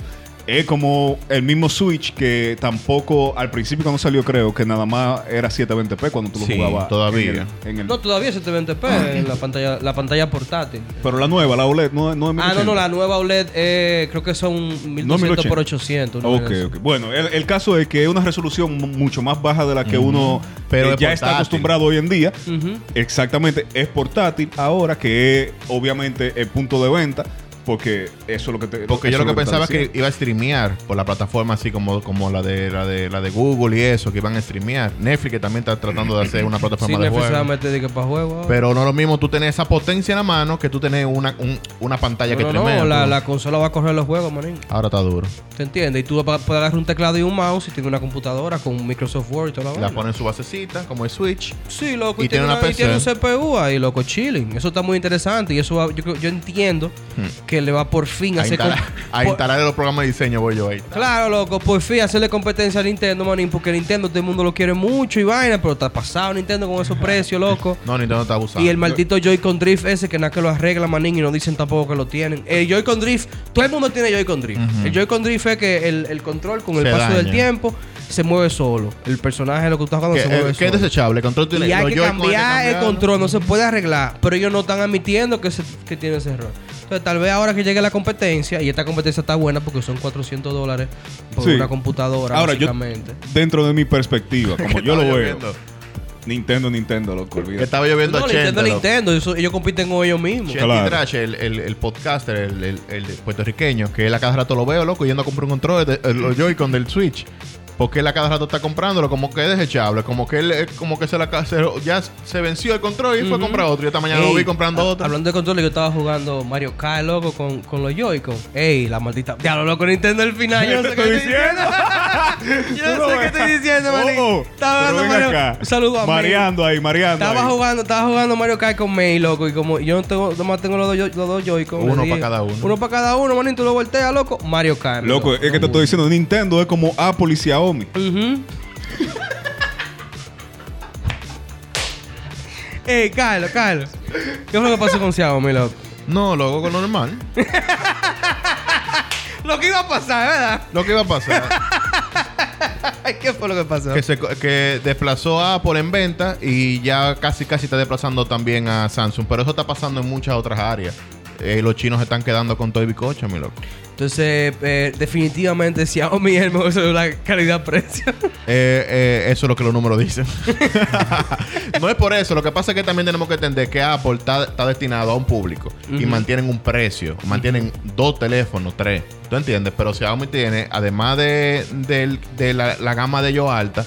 B: Es como el mismo Switch que tampoco al principio cuando salió creo que nada más era 720p cuando tú lo
D: Sí,
B: jugabas. en
D: todavía.
B: el- en el-
C: No, todavía es 720p en la pantalla, la pantalla portátil.
B: pero la nueva, la OLED, no, no es
C: Ah, no, no,
B: 1080.
C: la nueva OLED eh, creo que son 1200 por 800. una
D: Ah,
B: Ok,
C: vaina así.
B: ok. Bueno, el, el caso es que es una resolución mu- mucho más baja de la que uno
D: Pero
B: eh,
D: es
B: ya está
D: portátil.
B: acostumbrado hoy en día.
C: Ujú.
B: Exactamente, es portátil ahora, que es obviamente el punto de venta, porque eso es lo que te.
D: Porque yo
B: eso
D: lo que
B: te
D: pensaba es
B: estaba
D: que
B: diciendo.
D: iba a streamear por la plataforma así como, como la de la de la de Google y eso, que iban a streamear. Netflix que también está tratando de hacer una
C: Sí,
D: plataforma de
C: Netflix se va a
D: juegos.
C: meter de que para juego. ahora.
D: Pero no es lo mismo tú tener esa potencia en la mano que tú tener una, un- una pantalla que
C: No, no,
D: tremenda.
C: no, la, la consola va a correr los juegos, manín.
D: Ahora está duro.
C: ¿Te entiendes? Y tú pa- puedes agarrar un teclado y un mouse y tiene una computadora con un Microsoft Word y toda la
D: La
C: vaina.
D: ponen en su basecita, como el Switch.
C: Sí, loco.
D: Y tiene una
C: y tiene un
D: PC.
C: CPU ahí, loco, chilling. Eso está muy interesante y eso va- yo, creo- yo entiendo que le va por fin a
D: Hmm. A,
C: hacer...
D: instalar,
C: com-
D: a
C: por-
D: instalar los programas de diseño voy yo ahí.
C: Claro, loco, por fin hacerle competencia a Nintendo, manín, porque Nintendo todo el mundo lo quiere mucho y vaina, pero está pasado Nintendo con esos precios, loco.
D: No, Nintendo está abusando.
C: Y el maldito Joy-Con Drift ese que nada que lo arregla, manín, y no dicen tampoco que lo tienen. El Joy-Con Drift, todo el mundo tiene Joy-Con Drift. El Joy-Con Drift es que el, el control con el
D: Se
C: paso del
D: daña.
C: tiempo se mueve solo. El personaje lo que tú estás jugando
D: que,
C: se mueve
D: eh, que es
C: solo.
D: desechable. El control tiene
C: Y hay
D: los
C: que
D: Joy-Con hay que
C: cambiar el
D: cambiarlo.
C: control, no se puede arreglar. Pero ellos no están admitiendo que, se- que tiene ese error. Entonces, tal vez ahora que llegue la competencia, y esta competencia está buena porque son 400 dólares por
B: Sí.
C: una computadora,
B: Ahora, yo,
C: básicamente.
B: dentro de mi perspectiva, como
D: Que
B: yo lo
D: estaba
B: veo,
D: lloviendo.
B: Nintendo, Nintendo, loco,
D: Que
B: olvídate.
D: estaba lloviendo
C: no,
D: a
C: Nintendo,
D: Chente. loco.
C: Nintendo, eso- ellos compiten con ellos mismos.
D: Chente
B: Claro.
D: Trash, el, el, el podcaster, el, el, el puertorriqueño, que él a cada rato lo veo, loco, yendo a comprar un control de, eh, los Joy-Con del Switch. Porque él a cada rato está comprándolo, como que es desechable, como que él eh, como que se la ca- se- ya se venció el control y fue a comprar otro. Y esta mañana lo
C: Ey,
D: vi comprando
C: ha-
D: otro.
C: Hablando de controles, yo estaba jugando Mario Kart, loco, con, con los Joy-Con. Ey, la maldita. Diablo, loco, Nintendo al final. Yo no sé qué estoy diciendo. yo no sé qué estoy diciendo, maní.
B: Oh,
C: Estaba hablando Mario- Un saludo a May.
B: Mareando ahí, mareando.
C: Estaba
B: ahí.
C: jugando, estaba jugando Mario Kart con May, loco, y como yo no tengo, nomás tengo los dos, Joy- los dos Joy-Con.
D: Uno
C: le dije,
D: pa' cada uno.
C: Uno para cada uno, manito, lo voltea, loco. Mario Kart.
B: Loco, es que te estoy diciendo, Nintendo es como Apple y Xiaomi.
C: eh. Ujú. Ey, Carlos, Carlos. ¿Qué fue lo que pasó con Xiaomi, loco?
D: No, loco, con normal.
C: Lo que iba a pasar, ¿verdad?
D: Lo que iba a pasar
C: Ay, ¿qué fue lo que pasó?
D: que se co- que desplazó a Apple en venta y ya casi casi está desplazando también a Samsung. Pero eso está pasando en muchas otras áreas. Eh, los chinos están quedando con todo y bicocho, mi loco.
C: Entonces, eh, definitivamente Xiaomi es el mejor celular calidad-precio.
D: Eh, eh, eso es lo que los números dicen. no es por eso. Lo que pasa es que también tenemos que entender que Apple está, está destinado a un público y mantienen un precio. Mantienen dos teléfonos, tres. ¿Tú entiendes? Pero Xiaomi tiene, además de, del- de la, la gama de ellos alta,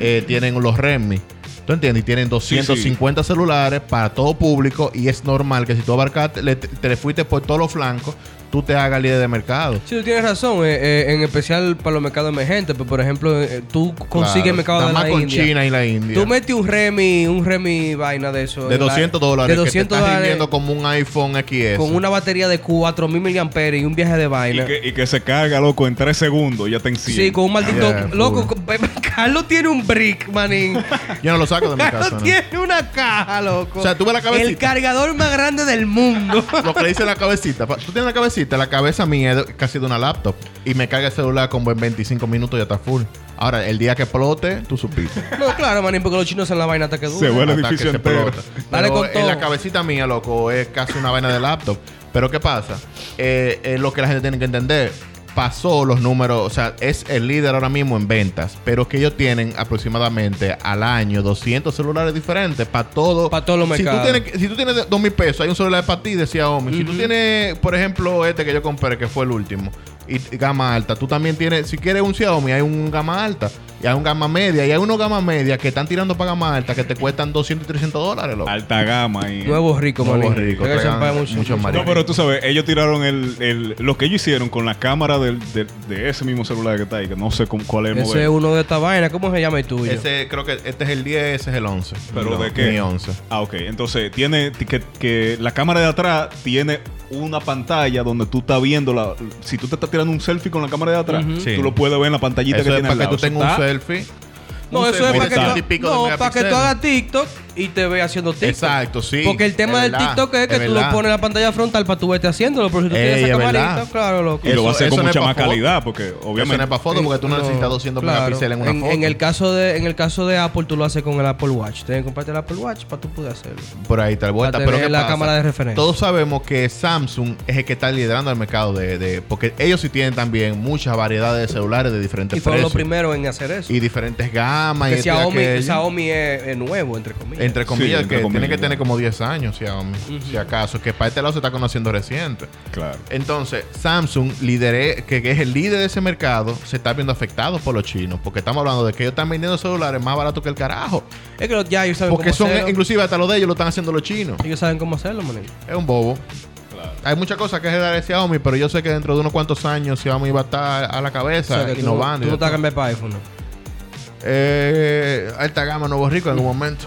D: eh, tienen los Redmi. ¿Tú entiendes? Y tienen
B: sí.
D: 250 celulares para todo público y es normal que si tú abarcaste, le- te le fuiste por todos los flancos, tú te hagas líder de mercado.
C: Sí, tú tienes razón, eh, eh, en especial para los mercados emergentes. Pero, por ejemplo, eh, tú consigues
D: Claro.
C: el mercado
D: Nada
C: de la
D: más con
C: India.
D: China y la India.
C: Tú metes un Remy, un Remy vaina de eso.
D: De
C: en la-
D: 200 dólares.
C: De 200
D: que te estás
C: dólares.
D: rindiendo como un iPhone XS.
C: Con una batería de 4000 mAh y un viaje de
B: Y
C: vaina.
B: que, y que se carga, loco, en tres segundos, ya te
C: Sí,
B: encima.
C: con un maldito.
D: Yeah,
C: loco,
D: full.
C: con- Carlos tiene un brick, manín.
D: Yo no lo saco de mi
C: Carlos
D: casa. ¿no?
C: tiene una caja, loco.
D: O sea, tú ves la
C: El
D: cabecita.
C: cargador más grande del mundo.
D: Lo que le dice la cabecita. Pa- Tú tienes la cabecita. La cabeza mía es de- casi de una laptop. Y me carga el celular como en 25 minutos ya está full. Ahora, el día que explote, tú supiste.
C: no, claro, manín, porque los chinos hacen la vaina hasta que dura.
B: Se vuelve- El
D: Hasta
B: edificio
D: que se
B: entero.
D: explota.
C: Dale
D: Pero
C: con
D: en
C: todo.
D: la cabecita mía, loco, es casi una vaina de laptop. Pero ¿qué pasa? Eh, es lo que la gente tiene que entender. Pasó los números, o sea, es el líder ahora mismo en ventas, pero que ellos tienen aproximadamente al año 200 celulares diferentes para todo.
C: Pa' todos los
D: si tú,
C: mercados.
D: tienes, si tú tienes 2 mil pesos, hay un celular para ti, decía Omi. Si tú tienes, por ejemplo, este que yo compré, que fue el último, y y gama alta, tú también tienes, si quieres un Xiaomi, hay un gama alta, y hay un gama media, y hay unos gama media que están tirando para gama alta que te cuestan 200 y 300 dólares, loco.
B: Alta gama ahí.
C: Nuevos ricos,
D: Nuevos
C: manín.
D: ricos,
C: Creo que se
D: traigan
C: paga mucho,
D: muchos
C: mucho.
D: maridos.
B: No, pero tú sabes, ellos tiraron el, el- lo que ellos hicieron con la cámara del- del- de ese mismo celular que está ahí, que no sé con cuál es el
C: Ese es
B: modelo.
C: uno de esta vaina. ¿Cómo se llama el tuyo?
D: Ese, creo que este es el 10, ese es el 11.
B: ¿Pero
D: Mi-
B: de qué?
D: Mi 11.
B: Ah, ok. Entonces, tiene ti- que, que la cámara de atrás tiene una pantalla donde tú estás viendo la. Si tú te estás tirando un selfie con la cámara de atrás,
C: Ujú.
D: Sí. Ah,
B: tú lo puedes ver en la pantallita
D: Eso
B: que
D: es
B: tiene
D: para
B: al
D: este
B: lado.
D: que
B: Eso
D: tú tengas un
B: está-
D: selfie.
C: No,
D: Un
C: eso es
D: selfie
C: para
D: de
C: que, tú,
D: ciento y pico de
C: no, para que tú
D: megapíxeles.
C: hagas TikTok y te veas haciendo TikTok.
D: Exacto, sí.
C: Porque el tema
D: Es
C: del
D: verdad,
C: TikTok es que
D: es
C: tú lo
D: verdad.
C: pones en la pantalla frontal para tú verte haciéndolo. Pero si tú tienes
D: Ey,
C: esa
D: es verdad.
C: camarita, claro, loco.
B: Y lo va a
D: Eso-
B: hacer
D: eso
B: con
D: no es
B: mucha
D: pa'
B: más
D: foto.
B: calidad, porque
D: Eso no
B: obviamente.
D: es para foto porque tú no, necesitas 200
C: claro.
D: megapíxeles en una foto.
C: el caso de, en el caso de Apple, tú lo haces con el Apple Watch. Tienes que comprarte el Apple Watch para tú poder hacerlo.
D: Por ahí tal vuelta.
C: Para
D: Pero
C: tener
D: ¿qué
C: la
D: pasa?
C: cámara de referencia.
D: Todos sabemos que Samsung es el que está liderando el mercado de, de- porque ellos sí tienen también muchas variedades de celulares de diferentes
C: Y fueron los
D: precios
C: primeros en hacer eso.
D: y diferentes gamas y
C: que
D: esto y
C: Xiaomi,
D: aquello.
C: Xiaomi es, es nuevo, entre comillas.
D: entre comillas
B: Sí, entre
D: que
B: comillas.
D: tiene que tener como 10 años Xiaomi, si acaso, que para este lado se está conociendo reciente.
B: Claro.
D: Entonces, Samsung, lideré- que, que es el líder de ese mercado, se está viendo afectado por los chinos. Porque estamos hablando de que ellos están vendiendo celulares más baratos que el carajo.
C: es que los, ya ellos saben
D: Porque
C: cómo
D: son,
C: hacerlo.
D: inclusive hasta los de ellos lo están haciendo los chinos.
C: Ellos saben cómo hacerlo, manín.
D: Es un bobo. Hay muchas cosas que heredar de Xiaomi, pero yo sé que dentro de unos cuantos años Xiaomi va a estar a la
C: O
D: cabeza
C: sea, que tú, no-
D: innovando.
C: tú
D: y
C: no te vas
D: de
C: a
D: todo.
C: cambiar para iPhone. ¿no?
D: Eh, alta gama, nuevo rico en algún momento.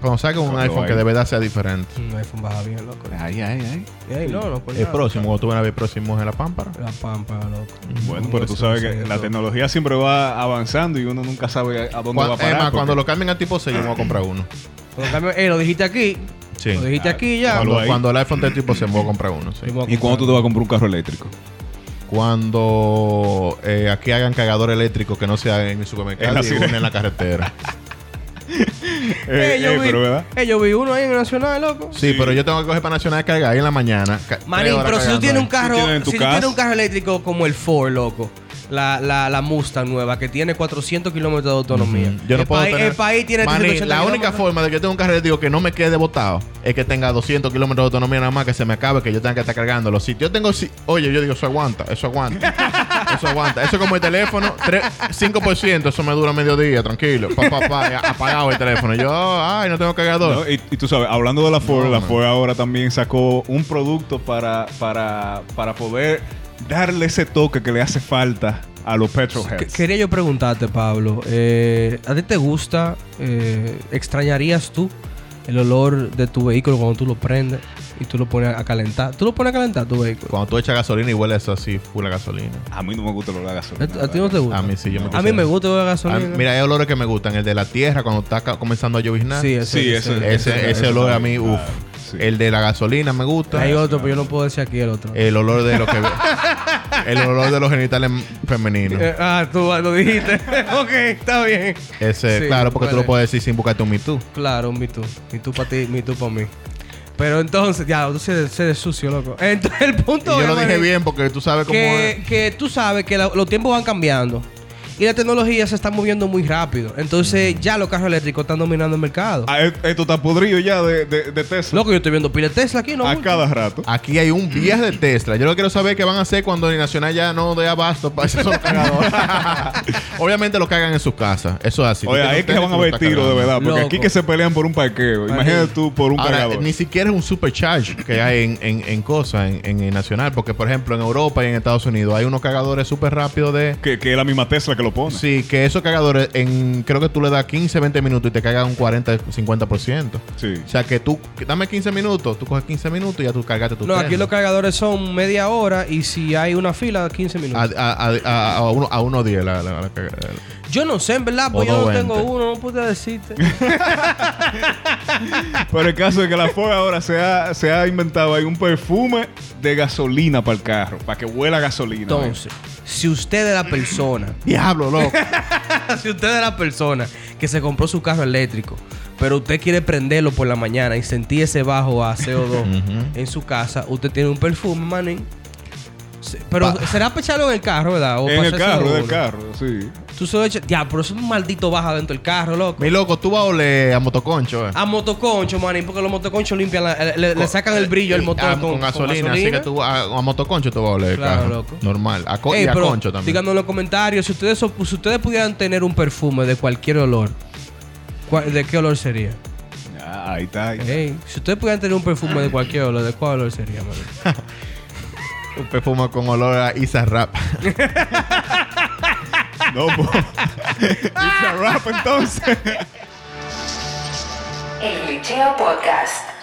D: Cuando saque un
B: Cuando
D: iPhone que
B: hay.
D: de verdad sea diferente.
C: Un iPhone baja bien, loco.
B: Ahí, ahí, ahí.
C: Ey, no, no, pues
D: El
C: nada.
D: próximo, cuando tú van a ver el próximo es la pámpara.
C: La pampa, loco.
B: Bueno, pero tú sabes que la tecnología siempre va avanzando y uno nunca sabe a a dónde va a
D: Cuando,
B: parar. porque-
D: cuando lo cambien a tipo 6, yo me voy a comprar uno.
C: Cuando cambio- eh, lo dijiste aquí.
D: Sí.
C: Lo dijiste
B: Ah,
C: aquí ya.
B: evalúa.
D: Cuando,
B: ahí.
D: cuando el iPhone de tipo 6, me voy a comprar uno. sí.
B: ¿Y cuándo tú te vas a comprar un carro eléctrico?
D: Cuando eh, aquí hagan cargador eléctrico que no sea en el supermercado,
B: En la
D: y uno
B: sirena.
D: en la carretera.
B: Eh,
C: yo,
B: eh,
C: vi,
B: pero ¿verdad?
C: eh, yo vi uno ahí en el Nacional, loco.
D: Sí, pero yo tengo que coger para Nacional cargar ahí en la mañana. ca- tres
C: Marín,
D: horas
C: pero si tú
D: cargando
C: tienes
D: ahí.
C: un carro,
B: Tú tienes en tu
C: si tú
B: casa.
C: tienes un carro eléctrico como el Ford, loco, la, la, la Mustang nueva, que tiene 400 kilómetros de autonomía.
D: Ujú. Yo no
C: el,
D: puedo
C: país,
D: tener-
C: el país tiene
D: Maní,
C: 380
D: la única
C: kilómetros.
D: forma de que yo tenga un carro eléctrico que no me quede botado es que tenga 200 kilómetros de autonomía nada más que se me acabe que yo tenga que estar cargándolo. Si yo tengo... Si, oye, yo digo, eso aguanta, eso aguanta. Eso aguanta. Eso es como el teléfono. tres- 5%. Eso me dura medio día, tranquilo. Pa, pa, pa, ya, apagado el teléfono. Yo, ay, no tengo cargador.
B: No, y, y tú sabes, hablando de la Ford,
D: No,
B: la
D: no.
B: Ford ahora también sacó un producto para, para, para poder darle ese toque que le hace falta a los
C: Que-
B: petrolheads.
C: Quería yo preguntarte, Pablo, eh, ¿a ti te gusta, eh, extrañarías tú el olor de tu vehículo cuando tú lo prendes y tú lo pones a calentar? ¿Tú lo pones a calentar tu vehículo?
D: Cuando tú echas gasolina y huele eso así, full la gasolina.
B: A mí no me gusta lo de la
C: ¿A,
B: gasolina.
C: a ti no te gusta?
D: A mí sí, yo me
C: A mí me gusta el olor a
D: Ah,
C: gasolina.
D: mira, hay olores que me gustan. El de la tierra cuando está ca- comenzando a lloviznar.
C: Sí, ese.
B: Sí,
C: ese-
B: ese,
D: ese, ese olor a mí,
B: Ah,
D: uff.
B: sí.
D: El de la gasolina me gusta.
C: Hay otro, pero yo no puedo decir aquí el otro.
D: El olor de lo que El olor de los genitales femeninos.
C: Eh, ah, tú ah, lo dijiste. ok, está bien.
D: Ese,
C: sí,
D: claro, porque tú
C: huele.
D: lo puedes decir sin buscarte un Me Too.
C: Claro, un Me Too. Me Too para ti, Me Too para mí. Pero entonces, ya, tú se, se sucio, loco. Entonces, el
D: Y
C: punto
D: yo
C: es,
D: lo dije
C: Marín,
D: bien porque tú sabes cómo
C: que,
D: es.
C: que tú sabes que la- los tiempos van cambiando y la tecnología se está moviendo muy rápido.
D: Mm.
C: Entonces, ya los carros eléctricos están dominando el mercado.
B: Ah, e- esto está podrido ya de, de, de Tesla.
C: Loco, yo estoy viendo pile Tesla aquí, ¿no?
B: a
C: bulto.
B: cada rato.
D: Aquí hay un viaje de Tesla. Yo lo que quiero saber es qué van a hacer cuando el Nacional ya no dé abasto para esos cargadores. Obviamente lo cagan en sus casas. Eso es así.
B: Oye, ahí es que van a ver tiros de verdad. Porque
C: Loco.
B: aquí que se pelean por un parqueo. Imagínate tú por un
D: Ahora,
B: cargador.
D: ni siquiera es un supercharge que hay en, en, en cosas, en, en el Nacional. Porque, por ejemplo, en Europa y en Estados Unidos hay unos cargadores súper rápidos de...
B: Que, que es la misma Tesla que lo pone.
D: Sí, que esos cargadores, en, creo que tú le das 15, 20 minutos y te cargan un 40, 50%.
B: Sí.
D: O sea, que tú, que dame 15 minutos, tú coges 15 minutos y ya tú cargaste tu
C: No, aquí
D: Tesla.
C: los cargadores son media hora y si hay una fila, 15
D: A,
C: minutos.
D: a, a, a, a uno, a uno diez la, la, la cagada.
C: Yo no sé, en verdad, porque
D: O
C: yo no
D: 90.
C: tengo uno, no pude decirte.
B: Pero el caso es que la Ford ahora se ha, se ha inventado ahí un perfume de gasolina para el carro, para que huela a gasolina.
C: Entonces, si usted es la persona
D: Diablo, loco.
C: si usted es la persona que se compró su carro eléctrico, pero usted quiere prenderlo por la mañana y sentir ese bajo a CO2 en su casa, usted tiene un perfume, manín. Se- Pero
D: Pa-
C: será para echarlo en el carro, ¿verdad? O
B: en
C: para
B: el
C: echárselo
B: carro,
C: a
B: en el
C: uno.
B: carro, sí.
C: Tú solo echas. Ya, pero eso es un maldito baja dentro del carro, loco.
D: Mi loco, tú vas a oler a motoconcho, eh.
C: A motoconcho, manín, porque los motoconchos limpian, la- le- Ah, le, le sacan el brillo al motor
D: Ah,
C: con,
D: con, gasolina, así que tú a, a motoconcho tú vas a oler el
C: Claro,
D: carro.
C: loco.
D: Normal. A co-
C: Ey,
D: y a
C: pero
D: concho también.
C: díganos en los comentarios si ustedes, so- si ustedes pudieran tener un perfume de cualquier olor, ¿cuál- ¿de qué olor sería?
B: Ah, ahí está. ahí está.
D: Eh.
C: Ey, si ustedes pudieran tener un perfume de cualquier olor, ¿de cuál olor sería, mano?
D: Un perfume con olor a Isa Rap.
B: No, po. It's a wrap entonces.
A: El Liceo Podcast.